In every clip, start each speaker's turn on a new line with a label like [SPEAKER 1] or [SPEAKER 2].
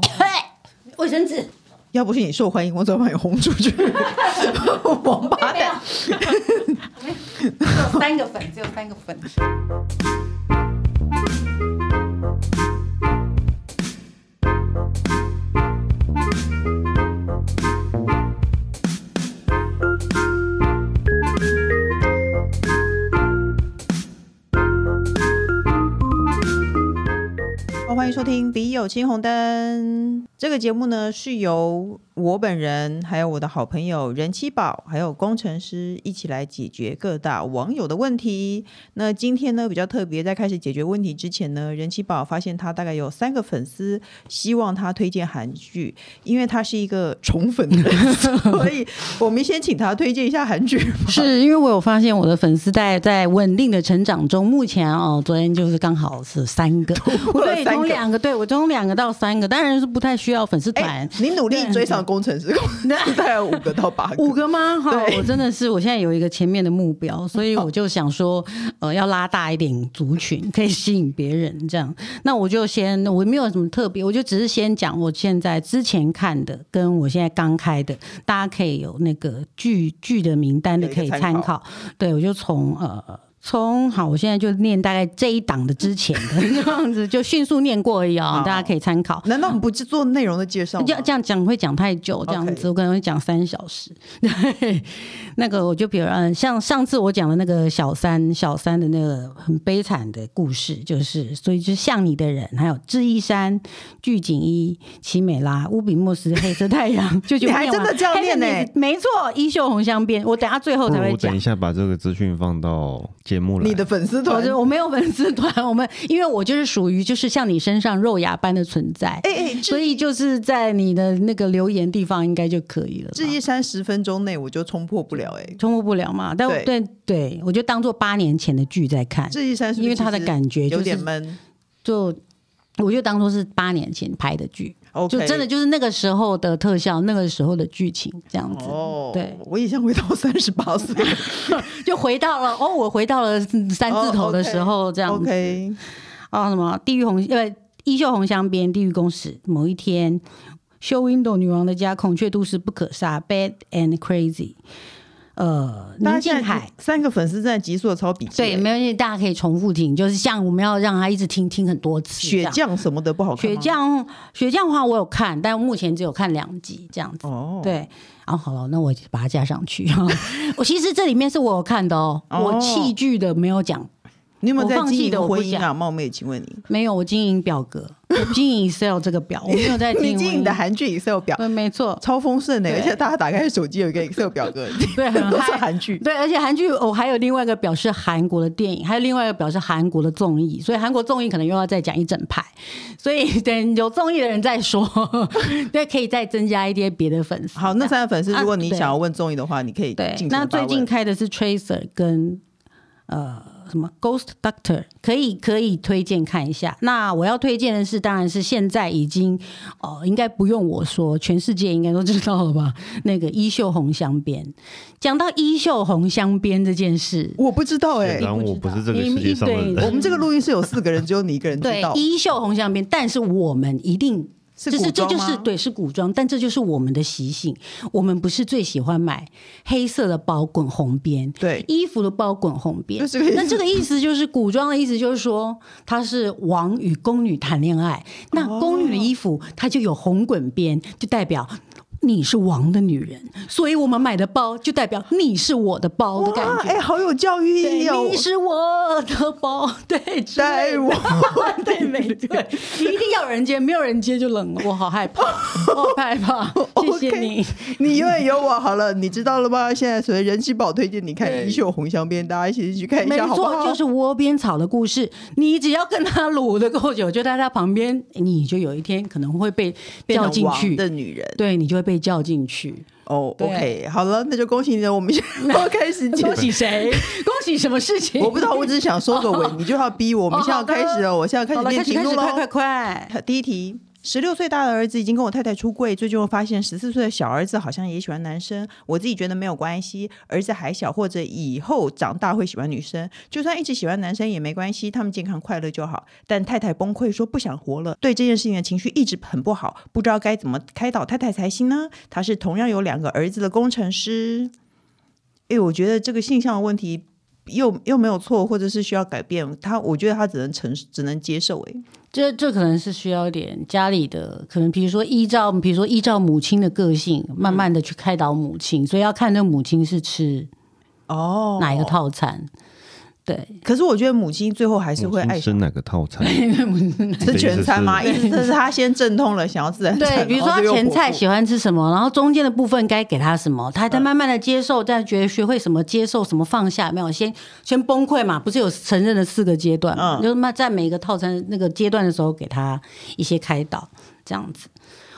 [SPEAKER 1] 卫生纸。
[SPEAKER 2] 要不是你受欢迎，我早把你轰出去，王八
[SPEAKER 1] 没有
[SPEAKER 2] 蛋！，
[SPEAKER 1] 只有三个粉，只有三个粉。
[SPEAKER 2] 好欢迎收听《笔友青红灯》这个节目呢，是由我本人、还有我的好朋友人气宝，还有工程师一起来解决各大网友的问题。那今天呢比较特别，在开始解决问题之前呢，人气宝发现他大概有三个粉丝希望他推荐韩剧，因为他是一个宠粉的人，所以我们先请他推荐一下韩剧吧。
[SPEAKER 3] 是因为我有发现我的粉丝在在稳定的成长中，目前哦，昨天就是刚好是三 个，我
[SPEAKER 2] 了
[SPEAKER 3] 对
[SPEAKER 2] 三
[SPEAKER 3] 从
[SPEAKER 2] 个
[SPEAKER 3] 两个，对我从两个到三个，当然是不太需要粉丝团
[SPEAKER 2] 哎，，你努力
[SPEAKER 3] 对
[SPEAKER 2] 追上工程师，工 程师大概有五个到八个，
[SPEAKER 3] 五个吗？哈
[SPEAKER 2] 对，
[SPEAKER 3] 我真的是，我现在有一个前面的目标，所以我就想说，呃，要拉大一点族群，可以吸引别人这样。那我就先，我没有什么特别，我就只是先讲我现在之前看的，跟我现在刚开的，大家可以有那个剧剧的名单的
[SPEAKER 2] 有一
[SPEAKER 3] 可
[SPEAKER 2] 个
[SPEAKER 3] 以
[SPEAKER 2] 参
[SPEAKER 3] 参
[SPEAKER 2] 考
[SPEAKER 3] 考。对，我就从呃。从好，我现在就念大概这一档的之前的 这样子，就迅速念过而已哦
[SPEAKER 2] 好，
[SPEAKER 3] 大家可以参考。
[SPEAKER 2] 难道你不是做内容的介绍吗？
[SPEAKER 3] 要这样讲会讲太久，这样
[SPEAKER 2] OK
[SPEAKER 3] 子我可能会讲三小时。 对，那个我就比如嗯，像上次我讲的那个小三，小三的那个很悲惨的故事，就是所以就像你的人，还有智一山、巨井一、奇美拉、乌比莫斯、黑色太阳，就觉得啊
[SPEAKER 2] 你还真的这样念欸哦呢
[SPEAKER 3] 没错，衣袖红香边，我等下最后
[SPEAKER 4] 不
[SPEAKER 3] 才会
[SPEAKER 4] 如
[SPEAKER 3] 讲
[SPEAKER 4] 等一。下把这个资讯放到节目来。
[SPEAKER 2] 你的粉丝
[SPEAKER 3] 我
[SPEAKER 2] 团
[SPEAKER 3] 就我没有粉丝团，我们因为我就是属于就是像你身上肉芽般的存在，
[SPEAKER 2] 哎哎，
[SPEAKER 3] 所
[SPEAKER 2] 这
[SPEAKER 3] 以就是在你的那个留言地方应该就可以了吧。
[SPEAKER 2] 这一三十分钟内我就冲破不了哎，
[SPEAKER 3] 冲破不了嘛，但我
[SPEAKER 2] 对
[SPEAKER 3] 对对，我就当做八年前的剧在看，
[SPEAKER 2] 这一三是不是
[SPEAKER 3] 因为他的
[SPEAKER 2] 其实
[SPEAKER 3] 感觉
[SPEAKER 2] 有
[SPEAKER 3] 就
[SPEAKER 2] 点
[SPEAKER 3] 是
[SPEAKER 2] 闷
[SPEAKER 3] 就。我就当做是八年前拍的剧
[SPEAKER 2] ，OK，
[SPEAKER 3] 就真的就是那个时候的特效，那个时候的剧情这样子，
[SPEAKER 2] 哦，
[SPEAKER 3] 对，
[SPEAKER 2] 我也想回到三十八岁
[SPEAKER 3] 就回到了哦，我回到了三字头的时候 这样子。
[SPEAKER 2] ，OK，
[SPEAKER 3] 啊，什么地狱红呃衣袖红香边，地狱公使。某一天，修 window 女王的家，孔雀都市不可杀，bad and crazy。呃，
[SPEAKER 2] 大家
[SPEAKER 3] 宁
[SPEAKER 2] 现在
[SPEAKER 3] 静海，
[SPEAKER 2] 三个粉丝在急速的抄笔记，
[SPEAKER 3] 对，
[SPEAKER 2] 哎
[SPEAKER 3] 没关系，大家可以重复听，就是像我们要让他一直听听很多次。
[SPEAKER 2] 雪
[SPEAKER 3] 这样
[SPEAKER 2] 降什么的不好看
[SPEAKER 3] 雪
[SPEAKER 2] 吗，
[SPEAKER 3] 降雪降的话，我有看，但目前只有看两集这样子。
[SPEAKER 2] 哦，，
[SPEAKER 3] 对，然后好了，那我把它加上去。 我其实这里面是我有看的哦，
[SPEAKER 2] 哦
[SPEAKER 3] 我弃剧的没有讲，
[SPEAKER 2] 你有没有
[SPEAKER 3] 我
[SPEAKER 2] 在
[SPEAKER 3] 放
[SPEAKER 2] 经
[SPEAKER 3] 弃的
[SPEAKER 2] 营
[SPEAKER 3] 我不
[SPEAKER 2] 婚姻啊？
[SPEAKER 3] 讲
[SPEAKER 2] 冒昧请问你，
[SPEAKER 3] 没有我经营表格，我经营 Excel 这个表，我没有在
[SPEAKER 2] 你经营的
[SPEAKER 3] 文
[SPEAKER 2] 韩剧 Excel 表
[SPEAKER 3] 对，没错，
[SPEAKER 2] 超丰盛的，
[SPEAKER 3] 对
[SPEAKER 2] 而且大家打开手机有一个 Excel 表格，
[SPEAKER 3] 对，很
[SPEAKER 2] 都是
[SPEAKER 3] 嗨
[SPEAKER 2] 韩剧，
[SPEAKER 3] 对，而且韩剧我、还有另外一个表示韩国的电影，还有另外一个表示韩国的综艺，所以韩国综艺可能又要再讲一整排，所以等有综艺的人再说， 对，可以再增加一些别的粉丝。
[SPEAKER 2] 好，那三个粉丝，
[SPEAKER 3] 啊
[SPEAKER 2] 如果你
[SPEAKER 3] 对
[SPEAKER 2] 想要问综艺的话，你可以
[SPEAKER 3] 啊对
[SPEAKER 2] 尽，情
[SPEAKER 3] 那
[SPEAKER 2] 地发
[SPEAKER 3] 最近
[SPEAKER 2] 问
[SPEAKER 3] 开的是 Tracer 跟呃什么 Ghost Doctor，可以可以推荐看一下。那我要推荐的是，当然是现在已经哦、应该不用我说，全世界应该都知道了吧？那个衣袖红香边。讲到衣袖红香边这件事，
[SPEAKER 2] 我不知道哎、
[SPEAKER 4] 显然我不是这个世界上的
[SPEAKER 3] 你
[SPEAKER 4] 人
[SPEAKER 3] 你对
[SPEAKER 2] 我们这个录音室有四个人，只有你一个人知
[SPEAKER 3] 对
[SPEAKER 2] 道，
[SPEAKER 3] 衣袖红香边，但是我们一定
[SPEAKER 2] 是
[SPEAKER 3] 就是
[SPEAKER 2] 古
[SPEAKER 3] 这
[SPEAKER 2] 装
[SPEAKER 3] 就
[SPEAKER 2] 吗
[SPEAKER 3] 是对是古装，但这就是我们的习性。我们不是最喜欢买黑色的包滚红边，
[SPEAKER 2] 对
[SPEAKER 3] 衣服的包滚红边。
[SPEAKER 2] 就是这个意思
[SPEAKER 3] 那这个意思就是古装的意思，就是说它是王与宫女谈恋爱，那宫女的衣
[SPEAKER 2] 哦
[SPEAKER 3] 服它就有红滚边，就代表。你是王的女人，所以我们买的包就代表你是我的包的感
[SPEAKER 2] 哇，
[SPEAKER 3] 觉。
[SPEAKER 2] 哎、好有教育意义哦
[SPEAKER 3] 对，你！是我的包，对，之类
[SPEAKER 2] 带
[SPEAKER 3] 的
[SPEAKER 2] 我
[SPEAKER 3] 对没对，你一定要有人接，没有人接就冷了，我好害 怕，我好害怕，谢谢你。
[SPEAKER 2] 你永远有我好了，你知道了吗？现在随着人气宝推荐你看《
[SPEAKER 3] 对
[SPEAKER 2] 衣袖红香边》，大家一起去看一
[SPEAKER 3] 没
[SPEAKER 2] 下，好不
[SPEAKER 3] 错，
[SPEAKER 2] 好？
[SPEAKER 3] 就是窝边草的故事。你只要跟他撸的够久，就在他旁边，你就有一天可能会被
[SPEAKER 2] 变
[SPEAKER 3] 叫
[SPEAKER 2] 成
[SPEAKER 3] 进
[SPEAKER 2] 王
[SPEAKER 3] 去，
[SPEAKER 2] 的女人
[SPEAKER 3] 对你就会被叫进 去。
[SPEAKER 2] 哦。
[SPEAKER 3] 对
[SPEAKER 2] OK，好了，那就恭喜你了，我们现 在要开始解
[SPEAKER 3] 恭喜谁？恭喜什么事情？
[SPEAKER 2] 我不 知道，我只是想收个尾，你就要逼我。我们
[SPEAKER 3] 哦
[SPEAKER 2] 现在要
[SPEAKER 3] 好的
[SPEAKER 2] 开始了，我现在要开
[SPEAKER 3] 好
[SPEAKER 2] 始
[SPEAKER 3] 了，
[SPEAKER 2] 念
[SPEAKER 3] 开始
[SPEAKER 2] 题
[SPEAKER 3] 开
[SPEAKER 2] 目
[SPEAKER 3] 始，快
[SPEAKER 2] 喽
[SPEAKER 3] 快。快！
[SPEAKER 2] 第一题，十六岁大的儿子已经跟我太太出柜，最近我发现十四岁的小儿子好像也喜欢男生，我自己觉得没有关系，儿子还小，或者以后长大会喜欢女生，就算一直喜欢男生也没关系，他们健康快乐就好。但太太崩溃说不想活了，对这件事情的情绪一直很不好，不知道该怎么开导太太才行呢？她是同样有两个儿子的工程师，诶，我觉得这个性向的问题。又又没有错，或者是需要改变，他我觉得他只能承只能接受、欸。
[SPEAKER 3] 这这可能是需要一点家里的，可能比如说依照，比如说依照母亲的个性，慢慢的去开导母亲，所以要看那母亲是吃
[SPEAKER 2] 哦，
[SPEAKER 3] 哪一个套餐。对，
[SPEAKER 2] 可是我觉得母亲最后还是会爱
[SPEAKER 4] 吃
[SPEAKER 2] 上
[SPEAKER 4] 哪个 套餐？
[SPEAKER 2] 吃全餐吗？
[SPEAKER 4] 你
[SPEAKER 2] 意思是他先阵痛了，想要自然产
[SPEAKER 3] 对，比如说他前菜哦喜
[SPEAKER 2] 欢
[SPEAKER 3] 欢吃什么，然后中间的部分该给他什么，他在慢慢的接受，但觉得学会什么接受什么放下，没有先先崩溃嘛？不是有承认的四个阶段嘛？
[SPEAKER 2] 嗯
[SPEAKER 3] 就是慢在每一个套餐那个阶段的时候，给他一些开导，这样子，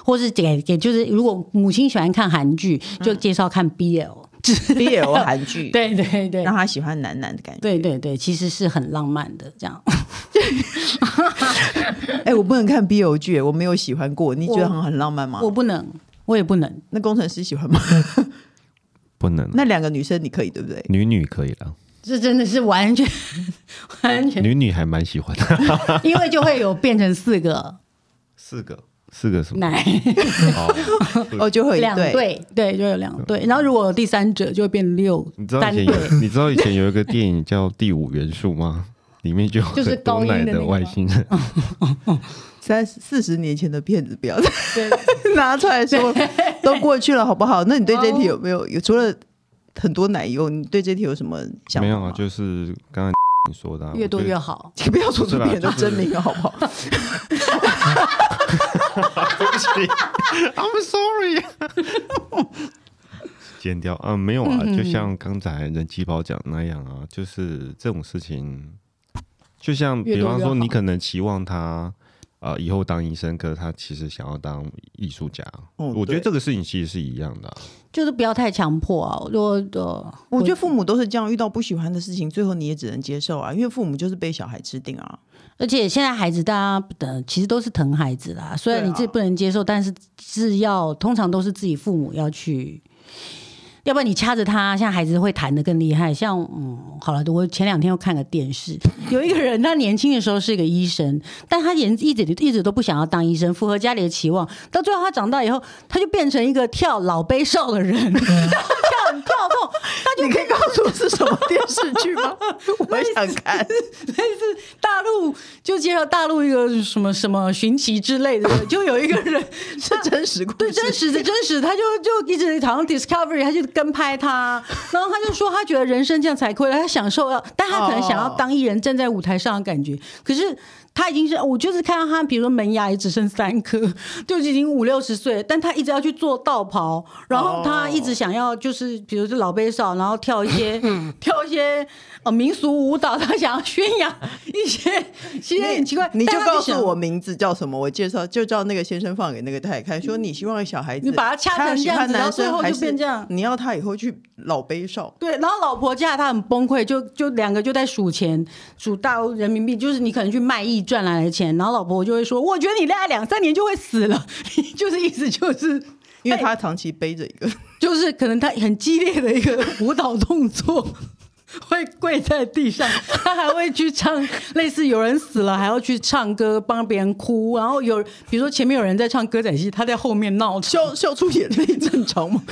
[SPEAKER 3] 或是给给就是如果母亲喜欢看韩剧，就介绍看 BL，、
[SPEAKER 2] BL 韩剧，，
[SPEAKER 3] 对对对
[SPEAKER 2] 让。他喜欢男男的感觉。
[SPEAKER 3] 对对对，其实是很浪漫的，这样
[SPEAKER 2] 哎、我不能看 BL 剧，我没有喜欢过，你觉得很很浪漫吗？
[SPEAKER 3] 我不能，我也不能，
[SPEAKER 2] 那工程师喜欢吗？
[SPEAKER 4] 不能，啊
[SPEAKER 2] 那两个女生你可以对不对？
[SPEAKER 4] 女女可以了，
[SPEAKER 3] 这真的是完全 完全，
[SPEAKER 4] 女女还蛮喜欢的。
[SPEAKER 3] 因为就会有变成四个
[SPEAKER 4] 四个，四个什么？
[SPEAKER 3] 奶。
[SPEAKER 4] 哦，
[SPEAKER 2] 哦，就会
[SPEAKER 3] 两
[SPEAKER 2] 对
[SPEAKER 3] 对，对，就有两对。然后如果有第三者，就会变六
[SPEAKER 4] 你知道
[SPEAKER 3] 单
[SPEAKER 4] 以前
[SPEAKER 3] 对，
[SPEAKER 4] 有，你知道以前有一个电影叫《第五元素》吗？里面就有
[SPEAKER 3] 就是
[SPEAKER 4] 很多
[SPEAKER 3] 高音的
[SPEAKER 4] 奶
[SPEAKER 3] 那个哦
[SPEAKER 4] 的外
[SPEAKER 3] 吗
[SPEAKER 4] 星人，
[SPEAKER 2] 三四十年前的片子，不要再 拿出来说，都过去了，好不好？那你对这题有没有有除了很多奶油，你对这题有什么想法
[SPEAKER 4] 没
[SPEAKER 2] 吗？
[SPEAKER 4] 有啊，就是刚刚你说的啊，
[SPEAKER 3] 越多越
[SPEAKER 4] 好。
[SPEAKER 3] 好。
[SPEAKER 2] 请 不要说出别人的
[SPEAKER 4] 是啦
[SPEAKER 2] 真
[SPEAKER 4] 就是
[SPEAKER 2] 名了，好不好？
[SPEAKER 4] I'm sorry，剪掉啊，没有啊，
[SPEAKER 3] 嗯
[SPEAKER 4] 就像刚才人气宝讲那样啊，就是这种事情，就像
[SPEAKER 3] 越多
[SPEAKER 4] 比
[SPEAKER 3] 越
[SPEAKER 4] 方说，你
[SPEAKER 3] 好
[SPEAKER 4] 可能期望他呃以后当医生，可是他其实想要当艺术家。
[SPEAKER 2] 哦
[SPEAKER 4] 我觉
[SPEAKER 2] 对
[SPEAKER 4] 得这个事情其实是一样的啊、
[SPEAKER 3] 就是不要太强迫啊！如果呃，
[SPEAKER 2] 我觉得父母都是这样，遇到不喜欢的事情，最后你也只能接受啊，因为父母就是被小孩吃定啊。
[SPEAKER 3] 而且现在孩子大家呃其实都是疼孩子啦，虽然
[SPEAKER 2] 对啊
[SPEAKER 3] 你自己不能接受，但是是要通常都是自己父母要去，要不然你掐着他，像孩子会弹的更厉害。像嗯，好了，我前两天又看个电视，有一个人他年轻的时候是一个医生，但他也一直一直都不想要当医生，符合家里的期望，到最后他长大以后，他就变成一个跳老悲少的人， 跳很跳动，
[SPEAKER 2] 你可以告诉我是什么电视剧 吗？我想看。
[SPEAKER 3] 大陆就介绍大陆一个什么什么寻奇之类的，就有一个人
[SPEAKER 2] 是真实故事，
[SPEAKER 3] 对，真实的真实，他就就一直好像 Discovery，他就跟拍他，然后他就说他觉得人生这样才快乐，他享受要，但他可能
[SPEAKER 2] 哦
[SPEAKER 3] 想要当艺人站在舞台上的感觉，可是他已经是，我就是看到他，比如说门牙也只剩三颗，就已经五六十岁了，但他一直要去做道袍，然后
[SPEAKER 2] 哦
[SPEAKER 3] 他一直想要就是，比如说老贝少，然后跳一 些跳一些呃民俗舞蹈，他想要宣扬一些， 其实很奇怪，
[SPEAKER 2] 你就
[SPEAKER 3] 但他
[SPEAKER 2] 告诉
[SPEAKER 3] 想
[SPEAKER 2] 我名字叫什么，我介绍就照那个先生放给那个太太看，说你希望小孩子，
[SPEAKER 3] 嗯你把他掐成
[SPEAKER 2] 要喜
[SPEAKER 3] 这样
[SPEAKER 2] 欢
[SPEAKER 3] 子然后
[SPEAKER 2] 男
[SPEAKER 3] 最
[SPEAKER 2] 生
[SPEAKER 3] 后
[SPEAKER 2] 还
[SPEAKER 3] 就是变这样
[SPEAKER 2] 你要他以后去老悲少，
[SPEAKER 3] 对，然后老婆嫁他很崩溃，就就两个就在数钱，数大陆人民币，就是你可能去卖艺赚来的钱，然后老婆就会说，我觉得你恋爱两三年就会死了， 就是意思就是
[SPEAKER 2] 因为
[SPEAKER 3] 哎
[SPEAKER 2] 他长期背着一个。
[SPEAKER 3] 就是可能他很激烈的一个舞蹈动作。 会跪在地上，他还会去唱类似有人死了还要去唱歌帮别人哭，然后有比如说前面有人在唱歌仔戏，他在后面闹场，
[SPEAKER 2] 笑笑出眼泪正 常吗？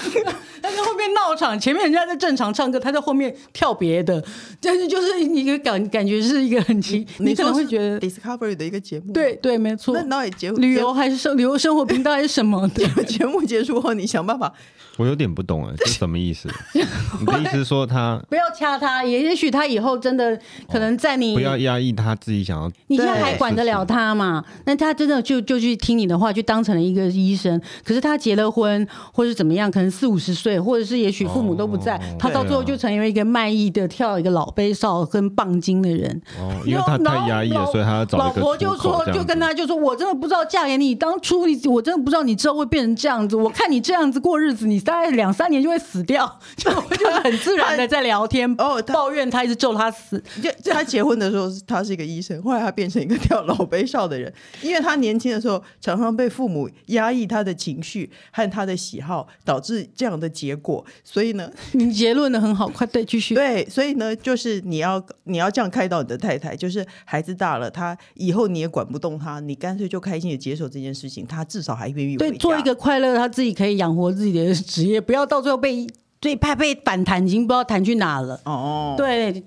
[SPEAKER 3] 但是后面闹场，前面人家在正常唱歌，他在后面跳别的，但是就是一个感感觉是一个很奇，你可
[SPEAKER 2] 说
[SPEAKER 3] 能会
[SPEAKER 2] 是
[SPEAKER 3] 觉得，
[SPEAKER 2] Discovery 的一个节目，
[SPEAKER 3] 对，对，没错
[SPEAKER 2] 那，到底结
[SPEAKER 3] 旅游还是生旅游生活频道还是什么的，
[SPEAKER 2] 结节目结束后，你想办法
[SPEAKER 4] 我有点不懂哎，这什么意思？你的意思是说他
[SPEAKER 3] 不要掐他，也也许他以后真的可能在你
[SPEAKER 4] 不要压抑他自己想要？
[SPEAKER 3] 你现在
[SPEAKER 2] 对
[SPEAKER 3] 还管得了他嘛？那他真的就就去听你的话，就当成了一个医生。可是他结了婚，或是怎么样，可能四五十岁，或者是也许父母都不在，
[SPEAKER 4] 哦
[SPEAKER 3] 他到
[SPEAKER 4] 对啊
[SPEAKER 3] 最后就成为一个卖艺的、跳一个老悲少跟棒精的人。
[SPEAKER 4] 哦，因为他
[SPEAKER 3] 然后
[SPEAKER 4] 太压抑了，
[SPEAKER 3] 老
[SPEAKER 4] 所以他要找
[SPEAKER 3] 老
[SPEAKER 4] 一个
[SPEAKER 3] 婆就
[SPEAKER 4] 出
[SPEAKER 3] 说，
[SPEAKER 4] 口这样
[SPEAKER 3] 就跟
[SPEAKER 4] 子
[SPEAKER 3] 他就说，我真的不知道嫁给你，当初你我真的不知道你之后会变成这样子。我 看你这样子过日子，你大概两三年就会死掉，就就是很自然的在聊天。
[SPEAKER 2] 哦后他
[SPEAKER 3] 抱怨他一直咒他死，
[SPEAKER 2] 就就他结婚的时候，他是一个医生，后来他变成一个 跳老杯少的人，因为他年轻的时候常常被父母压抑他的情绪和他的喜好，导致这样的结果。所以 呢，
[SPEAKER 3] 你结论的很好，快对，继续。
[SPEAKER 2] 对，所以呢，就是你要你要这样开导你的太太，就是孩子大了，他以后你也管不动他，你干脆就开心的接受这件事情，他至少还愿意
[SPEAKER 3] 对，
[SPEAKER 2] 回
[SPEAKER 3] 做
[SPEAKER 2] 家哦
[SPEAKER 3] 一个快乐，他自己可以养活自己的职业，不要到最后被最怕被反弹，已经不知道弹去哪了。
[SPEAKER 2] 哦，
[SPEAKER 3] 对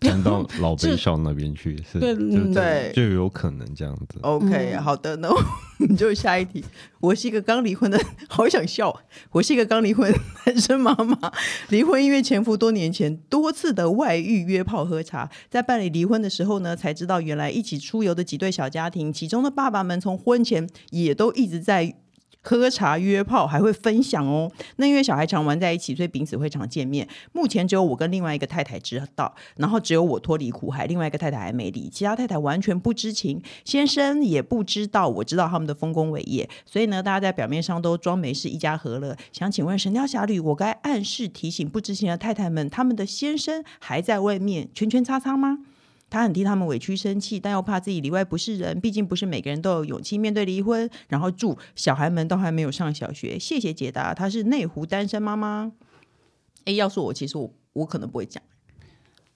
[SPEAKER 4] 传到 老北少那边去是，
[SPEAKER 3] 对
[SPEAKER 4] 就
[SPEAKER 3] 嗯
[SPEAKER 2] 对
[SPEAKER 4] 就有可能这样子。
[SPEAKER 2] OK，、好的，那 我们就下一题。我是一个刚离婚的，好想笑。啊 我是一个刚离婚的单身妈妈，离婚因为前夫多年前多次的外遇约炮喝茶，在办理离婚的时候呢，才知道原来一起出游的几对小家庭，其中的爸爸们从婚前也都一直在。喝茶约炮还会分享哦，那因为小孩常玩在一起，所以彼此会常见面。目前只有我跟另外一个太太知道，然后只有我脱离苦海，另外一个太太还没离，其他太太完全不知情，先生也不知道，我知道他们的丰功伟业，所以呢，大家在表面上都装没事，一家和乐。想请问《神雕侠侣》，我该暗示提醒不知情的太太们，他们的先生还在外面圈圈叉叉吗？他很替他们委屈生气，但又怕自己里外不是人，毕竟不是每个人都有勇气面对离婚。然后祝小孩们都还没有上小学。谢谢解答，她是内湖单身妈妈。哎，要是我，其实我我可能不会讲。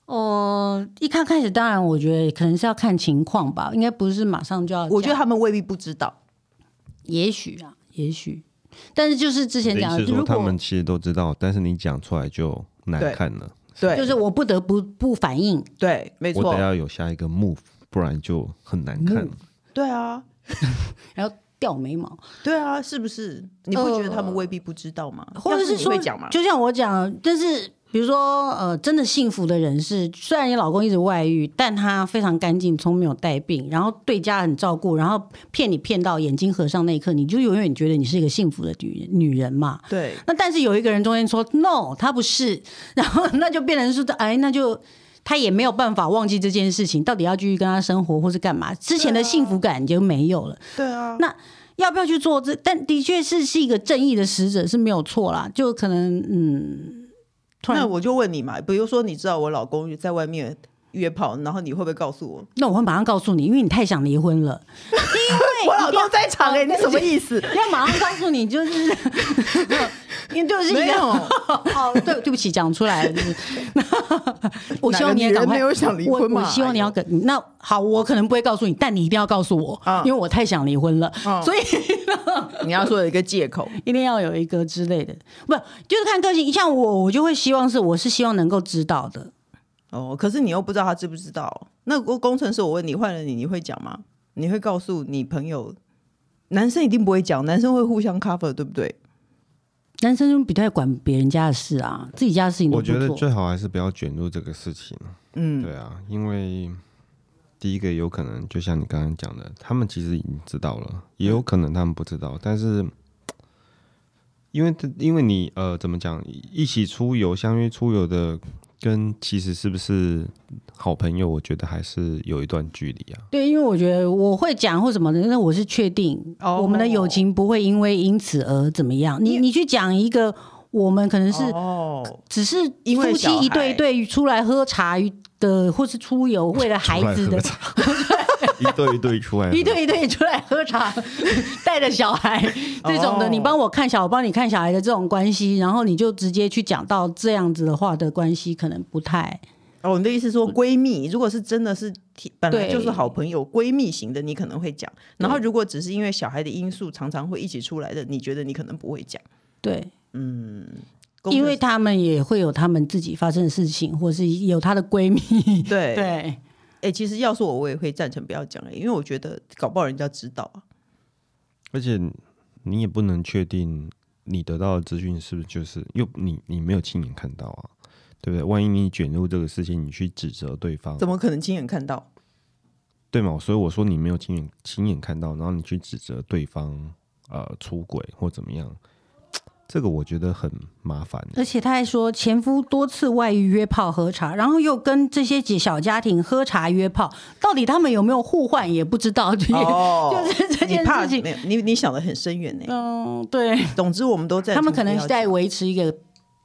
[SPEAKER 3] 哦，一刚开始，当然我觉得可能是要看情况吧，应该不是马上就要讲。
[SPEAKER 2] 我觉得他们未必不知道，
[SPEAKER 3] 也许啊，也许，但是就是之前
[SPEAKER 4] 你的意
[SPEAKER 3] 讲
[SPEAKER 4] 思
[SPEAKER 3] 的，
[SPEAKER 4] 是说
[SPEAKER 3] 如
[SPEAKER 4] 他
[SPEAKER 3] 果
[SPEAKER 4] 们其实都知道，但是你讲出来就难看了。
[SPEAKER 2] 对，
[SPEAKER 3] 就是我不得不不反应，
[SPEAKER 2] 对，没
[SPEAKER 4] 我
[SPEAKER 2] 错
[SPEAKER 4] 得，要有下一个 move，不然就很难
[SPEAKER 3] 嗯
[SPEAKER 4] 看。
[SPEAKER 2] 对啊，
[SPEAKER 3] 然后掉眉毛，
[SPEAKER 2] 对啊，是不是？你不觉得他们未必不知道吗？
[SPEAKER 3] 呃或者
[SPEAKER 2] 要是你
[SPEAKER 3] 说
[SPEAKER 2] 会讲吗？
[SPEAKER 3] 就像我讲，但是比如说，呃，真的幸福的人是，虽然你老公一直外遇，但他非常干净、聪明、有带病，然后对家很照顾，然后骗你骗到眼睛合上那一刻，你就永远觉得你是一个幸福的女人女人嘛。
[SPEAKER 2] 对，
[SPEAKER 3] 那但是有一个人中间说 no，他不是， 然后那就变成是哎，那就他也没有办法忘记这件事情，到底要继续跟他生活或是干嘛，之
[SPEAKER 2] 啊
[SPEAKER 3] 前的幸福感就没有了。
[SPEAKER 2] 对啊，
[SPEAKER 3] 那要不要去做这？但的确是是一个正义的使者是没有错啦，就可能嗯，突然
[SPEAKER 2] 那我就问你嘛，比如说你知道我老公在外面约炮，然后你会不会告诉我？
[SPEAKER 3] 那我会马上告诉你，因为你太想离婚 了，因
[SPEAKER 2] 我
[SPEAKER 3] 为
[SPEAKER 2] 老公在场
[SPEAKER 3] 哦
[SPEAKER 2] 哎、你什么意思？
[SPEAKER 3] 要马上告诉你，就是 因为 就是一个
[SPEAKER 2] 没有
[SPEAKER 3] 哦， 对对不起，讲出来了，就是 我希望你也
[SPEAKER 2] 哪
[SPEAKER 3] 赶
[SPEAKER 2] 个女人
[SPEAKER 3] 快
[SPEAKER 2] 没有想离婚嘛
[SPEAKER 3] 我我希望你要跟那好，我可能不会告诉你，但你一定要告诉我，
[SPEAKER 2] 嗯
[SPEAKER 3] 因为我太想离婚了，
[SPEAKER 2] 嗯
[SPEAKER 3] 所以
[SPEAKER 2] 你要说有一个借口，
[SPEAKER 3] 一定要有一个之类的，不就是看个性。像我，我就会希望是我是希望能够知道的，
[SPEAKER 2] 哦，可是你又不知道他知不知道。那工工程师，我问你，换了你，你会讲吗？你会告诉你朋友？男生一定不会讲，男生会互相 cover，对不对？
[SPEAKER 3] 男生就比较管别人家的事啊，自己家的事情都
[SPEAKER 4] 我
[SPEAKER 3] 不
[SPEAKER 4] 觉得
[SPEAKER 3] 做。
[SPEAKER 4] 最好还是不要卷入这个事情。
[SPEAKER 2] 嗯，
[SPEAKER 4] 对啊，因为第一个有可能就像你刚刚讲的，他们其实已经知道了，也有可能他们不知道，但是。因为因为你呃怎么讲，一起出游相约出游的，跟其实是不是好朋友，我觉得还是有一段距离 啊。
[SPEAKER 3] 对，因为我觉得我会讲或什么的，那我是确定
[SPEAKER 2] 哦
[SPEAKER 3] 我们的友情不会因为因此而怎么样。你你去讲一个，我们可能是
[SPEAKER 2] 哦，
[SPEAKER 3] 只是
[SPEAKER 2] 因为
[SPEAKER 3] 夫
[SPEAKER 2] 小
[SPEAKER 3] 妻
[SPEAKER 2] 孩
[SPEAKER 3] 一对一对出来喝茶的，或是出游为了
[SPEAKER 4] 出
[SPEAKER 3] 孩
[SPEAKER 4] 来
[SPEAKER 3] 子
[SPEAKER 4] 喝
[SPEAKER 3] 的，
[SPEAKER 4] 茶一对一对出来 喝，
[SPEAKER 3] 一对一对出来喝茶， 带着小孩这种的，
[SPEAKER 2] 哦
[SPEAKER 3] 你帮我看小，我帮你看小孩的这种关系，然后你就直接去讲到这样子的话的关系，可能不太
[SPEAKER 2] 哦，你的意思说闺蜜，如果是真的是挺本来
[SPEAKER 3] 对
[SPEAKER 2] 就是好朋友，闺蜜型的你可能会讲；然后如果只是因为小孩的因素，常常会一起出来的，你觉得你可能不会讲。嗯
[SPEAKER 3] 对。
[SPEAKER 2] 工
[SPEAKER 3] 因
[SPEAKER 2] 程
[SPEAKER 3] 为他们也会有他们自己发生的事情，或是有她的闺蜜。
[SPEAKER 2] 对，哎、
[SPEAKER 3] 对，
[SPEAKER 2] 其实要说我，我也会赞成不要讲、欸，因为我觉得搞不好人家知道啊。
[SPEAKER 4] 而且你也不能确定你得到的资讯是不是就是又你你没有亲眼看到啊，对不对？万一你卷入这个事情，你去指责对方，
[SPEAKER 2] 怎么可能亲眼看到？
[SPEAKER 4] 对嘛？所以我说你没有亲眼亲眼看到，然后你去指责对方呃出轨或怎么样，这个我觉得很麻烦。
[SPEAKER 3] 而且他还说前夫多次外遇约炮喝茶，然后又跟这些几小家庭喝茶约炮，到底他们有没有互换也不知道。 就
[SPEAKER 2] 哦，
[SPEAKER 3] 是这
[SPEAKER 2] 你
[SPEAKER 3] 件
[SPEAKER 2] 怕
[SPEAKER 3] 事情
[SPEAKER 2] 没 有你你想的很深远呢、
[SPEAKER 3] 嗯，对，
[SPEAKER 2] 总之，我们都在
[SPEAKER 3] 他们可能是在维持一个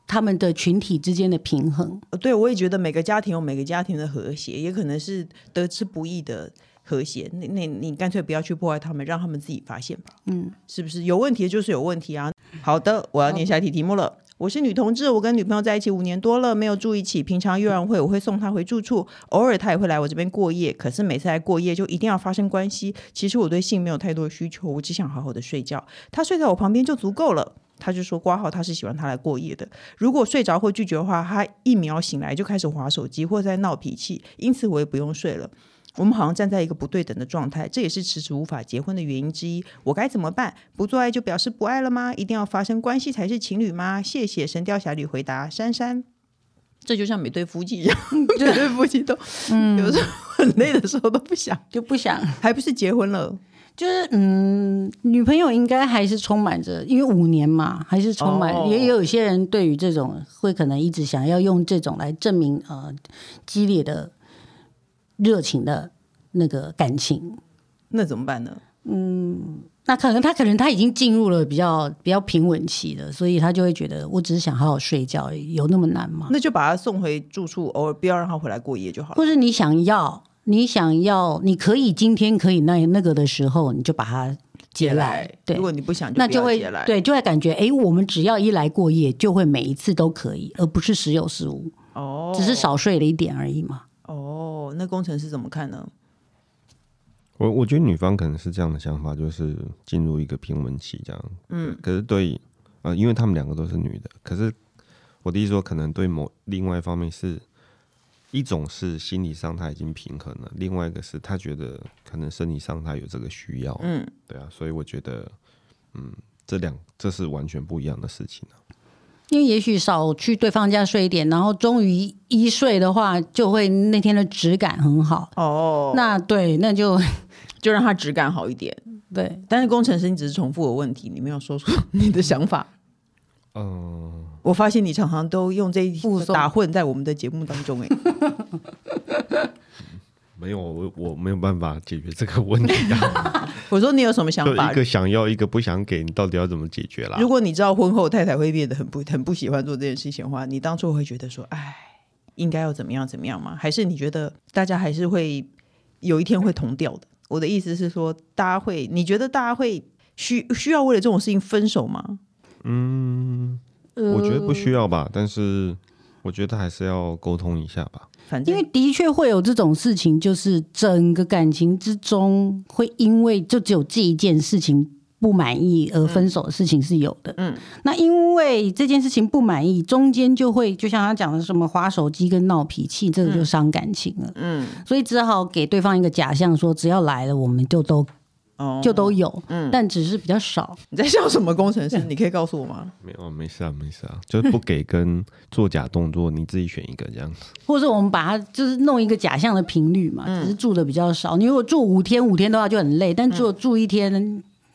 [SPEAKER 3] 他们的群体之间的平衡。
[SPEAKER 2] 呃对我也觉得每个家庭有每个家庭的和谐，也可能是得之不易的和谐。那那你干脆不要去破坏他们，让他们自己发现吧。
[SPEAKER 3] 嗯，
[SPEAKER 2] 是不是有问题就是有问题啊？好的，我要念下一题题目了。我是女同志，我跟女朋友在一起五年多了，没有住一起。平常约完会，我会送她回住处，偶尔她也会来我这边过夜。可是每次来过夜就一定要发生关系。其实我对性没有太多的需求，我只想好好的睡觉。她睡在我旁边就足够了。她就说挂号，她是喜欢她来过夜的。如果睡着或拒绝的话，她一秒醒来就开始划手机或在闹脾气，因此我也不用睡了。我们好像站在一个不对等的状态，这也是迟迟无法结婚的原因之一。我该怎么办？不做爱就表示不爱了吗？一定要发生关系才是情侣吗？谢谢《神雕侠侣》回答珊珊。这就像每对夫妻一 样，每对夫妻都，
[SPEAKER 3] 嗯
[SPEAKER 2] 有时候很累的时候都不想，
[SPEAKER 3] 就不想，
[SPEAKER 2] 还不是结婚了？
[SPEAKER 3] 就是嗯，女朋友应该还是充满着，因为五年嘛，还是充满。
[SPEAKER 2] 哦
[SPEAKER 3] 也也有些人对于这种会可能一直想要用这种来证明呃激烈的热情的那个感情。
[SPEAKER 2] 那怎么办呢？
[SPEAKER 3] 那可能他可能他已经进入了比较比较平稳期了，所以他就会觉得我只是想好好睡觉而已，有那么难吗？
[SPEAKER 2] 那就把他送回住处，偶尔不要让他回来过夜就好了。
[SPEAKER 3] 或者你想要，你想要，你可以今天可以那那个的时候，你就把它接来，对
[SPEAKER 2] 如，果你不想，
[SPEAKER 3] 那
[SPEAKER 2] 就
[SPEAKER 3] 就
[SPEAKER 2] 不要
[SPEAKER 3] 会
[SPEAKER 2] 结来。
[SPEAKER 3] 对，就会感觉哎，诶我们只要一来过夜，就会每一次都可以，而不是时有时无，
[SPEAKER 2] 哦，
[SPEAKER 3] 只是少睡了一点而已嘛。
[SPEAKER 2] 哦。那工程师怎么看呢？
[SPEAKER 4] 我我觉得女方可能是这样的想法，就是进入一个平稳期这样。嗯，可是对，呃，因为他们两个都是女的，可是我的意思说，可能对某另外一方面是一种是心理上他已经平衡了，另外一个是他觉得可能生理上他有这个需要。嗯，对啊，所以我觉得，嗯，这两这是完全不一样的事情、啊、
[SPEAKER 3] 因为也许少去对方家睡一点，然后终于一睡的话，就会那天的质感很好。
[SPEAKER 2] 哦，
[SPEAKER 3] 那对，那就
[SPEAKER 2] 就让他质感好一点。
[SPEAKER 3] 对，
[SPEAKER 2] 但是工程师，你只是重复我问题，你没有说出你的想法。
[SPEAKER 4] 嗯，
[SPEAKER 2] 我发现你常常都用这一
[SPEAKER 3] 附送
[SPEAKER 2] 打混在我们的节目当 中、欸，哎，
[SPEAKER 4] 没有，我我没有办法解决这个问题啊，
[SPEAKER 2] 我说你有什么想
[SPEAKER 4] 就
[SPEAKER 2] 法
[SPEAKER 4] 一？个想要，一个不想给，你到底要怎么解决啦？
[SPEAKER 2] 如果你知道婚后太太会变得很不很不喜欢做这件事情的话，你当初会觉得说，哎，应该要怎么样怎么样吗？还是你觉得大家还是会有一天会同调的？我的意思是说，大家会，你觉得大家会需需要为了这种事情分手吗？
[SPEAKER 4] 我觉得不需要吧，但是我觉得还是要沟通一下吧。
[SPEAKER 2] 反正
[SPEAKER 3] 因为的确会有这种事情，就是整个感情之中会因为就只有这一件事情不满意而
[SPEAKER 2] 嗯
[SPEAKER 3] 分手的事情是有的。嗯，那因为这件事情不满意，中间就会就像他讲的什么划手机跟闹脾气，这个就伤感情了。嗯，所以只好给对方一个假象说，只要来了我们就都
[SPEAKER 2] 哦，
[SPEAKER 3] 就都有，但只是比较少。
[SPEAKER 2] 你在笑什么？工程师，你可以告诉我吗？
[SPEAKER 4] 没有，没事啊，没事啊，就是不给跟做假动作，你自己选一个这样 子。
[SPEAKER 3] 或者是我们把它就是弄一个假象的频率嘛，
[SPEAKER 2] 嗯
[SPEAKER 3] 只是住的比较少。你如果住五天，五天的话就很累，但只有住一天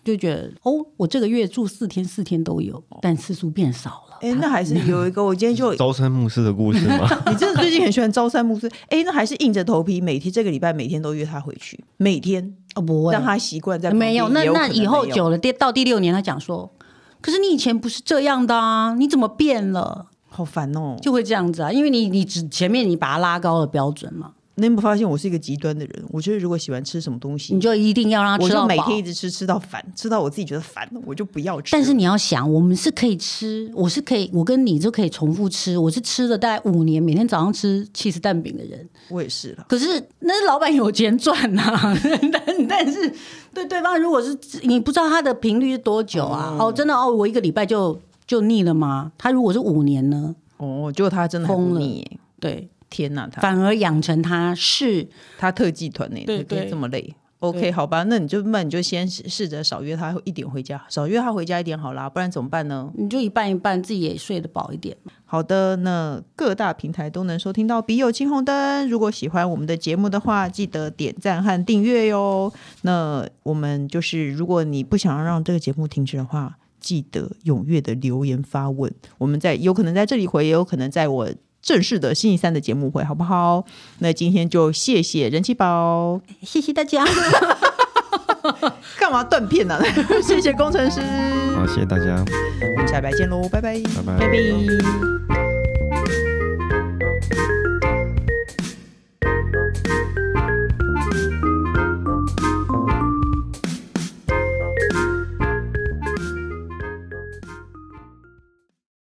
[SPEAKER 3] 就觉得、哦，我这个月住四天，四天都有，但次数变少了。
[SPEAKER 2] 哦哎、那还是有一个，我今天就
[SPEAKER 4] 朝三暮四的故事吗？
[SPEAKER 2] 你 真的最近很喜欢朝三暮四， 哎、那还是硬着头皮，每天这个礼拜每天都约他回去，每天
[SPEAKER 3] 哦，不会
[SPEAKER 2] 让，他习惯在旁边
[SPEAKER 3] 没有。那
[SPEAKER 2] 也有可
[SPEAKER 3] 那
[SPEAKER 2] 能
[SPEAKER 3] 以后
[SPEAKER 2] 没有
[SPEAKER 3] 久了，第到第六年，他讲说，可是你以前不是这样的啊，你怎么变了？
[SPEAKER 2] 好烦哦、
[SPEAKER 3] 就会这样子啊，因为你你只前面你把它拉高了标准嘛，
[SPEAKER 2] 你有没有发现我是一个极端的人？我就是如果喜欢吃什么东西
[SPEAKER 3] 你，就一定嗯要让它
[SPEAKER 2] 我
[SPEAKER 3] 吃
[SPEAKER 2] 就
[SPEAKER 3] 到
[SPEAKER 2] 每
[SPEAKER 3] 饱。啊
[SPEAKER 2] 天一直吃，吃到烦，吃到我自己觉得烦，我就不要吃。
[SPEAKER 3] 但是你要想，我们是可以吃，我是可以，我跟你就可以重复吃。我是吃了大概五年，每天早上吃起司蛋饼的人。
[SPEAKER 2] 我也是了，
[SPEAKER 3] 可是那是老板有钱赚呐、 但但是对对方如果是你不知道他的频率是多久啊？哦，真的哦，我一个礼拜就就腻了吗？他如果是五年呢？
[SPEAKER 2] 哦，结果他真的还
[SPEAKER 3] 疯
[SPEAKER 2] 不
[SPEAKER 3] 了
[SPEAKER 2] 腻耶，
[SPEAKER 3] 对，
[SPEAKER 2] 天哪、他
[SPEAKER 3] 反而养成他是
[SPEAKER 2] 他特技团呢、
[SPEAKER 3] 对
[SPEAKER 2] 怎么可以
[SPEAKER 3] 对
[SPEAKER 2] 这么累。OK，
[SPEAKER 3] 对
[SPEAKER 2] 好吧，那你就那你就先试试着少约他一点回家，少约他回家一点好啦，不然怎么办呢？
[SPEAKER 3] 你就一半一半，自己也睡得饱一点。
[SPEAKER 2] 好的，那各大平台都能收听到《笔友青红灯》。如果喜欢我们的节目的话，记得点赞和订阅哟。那我们就是，如果你不想让这个节目停止的话，记得踊跃的留言发问。我们在有可能在这里回，也有可能在我正式的星期三的节目回，好不好？那今天就谢谢人气宝，
[SPEAKER 3] 谢谢大家。
[SPEAKER 2] 干嘛断片呢、谢谢工程师，
[SPEAKER 4] 好，谢谢大家，
[SPEAKER 2] 我们下礼拜见喽，拜拜
[SPEAKER 4] 拜拜。
[SPEAKER 2] 拜拜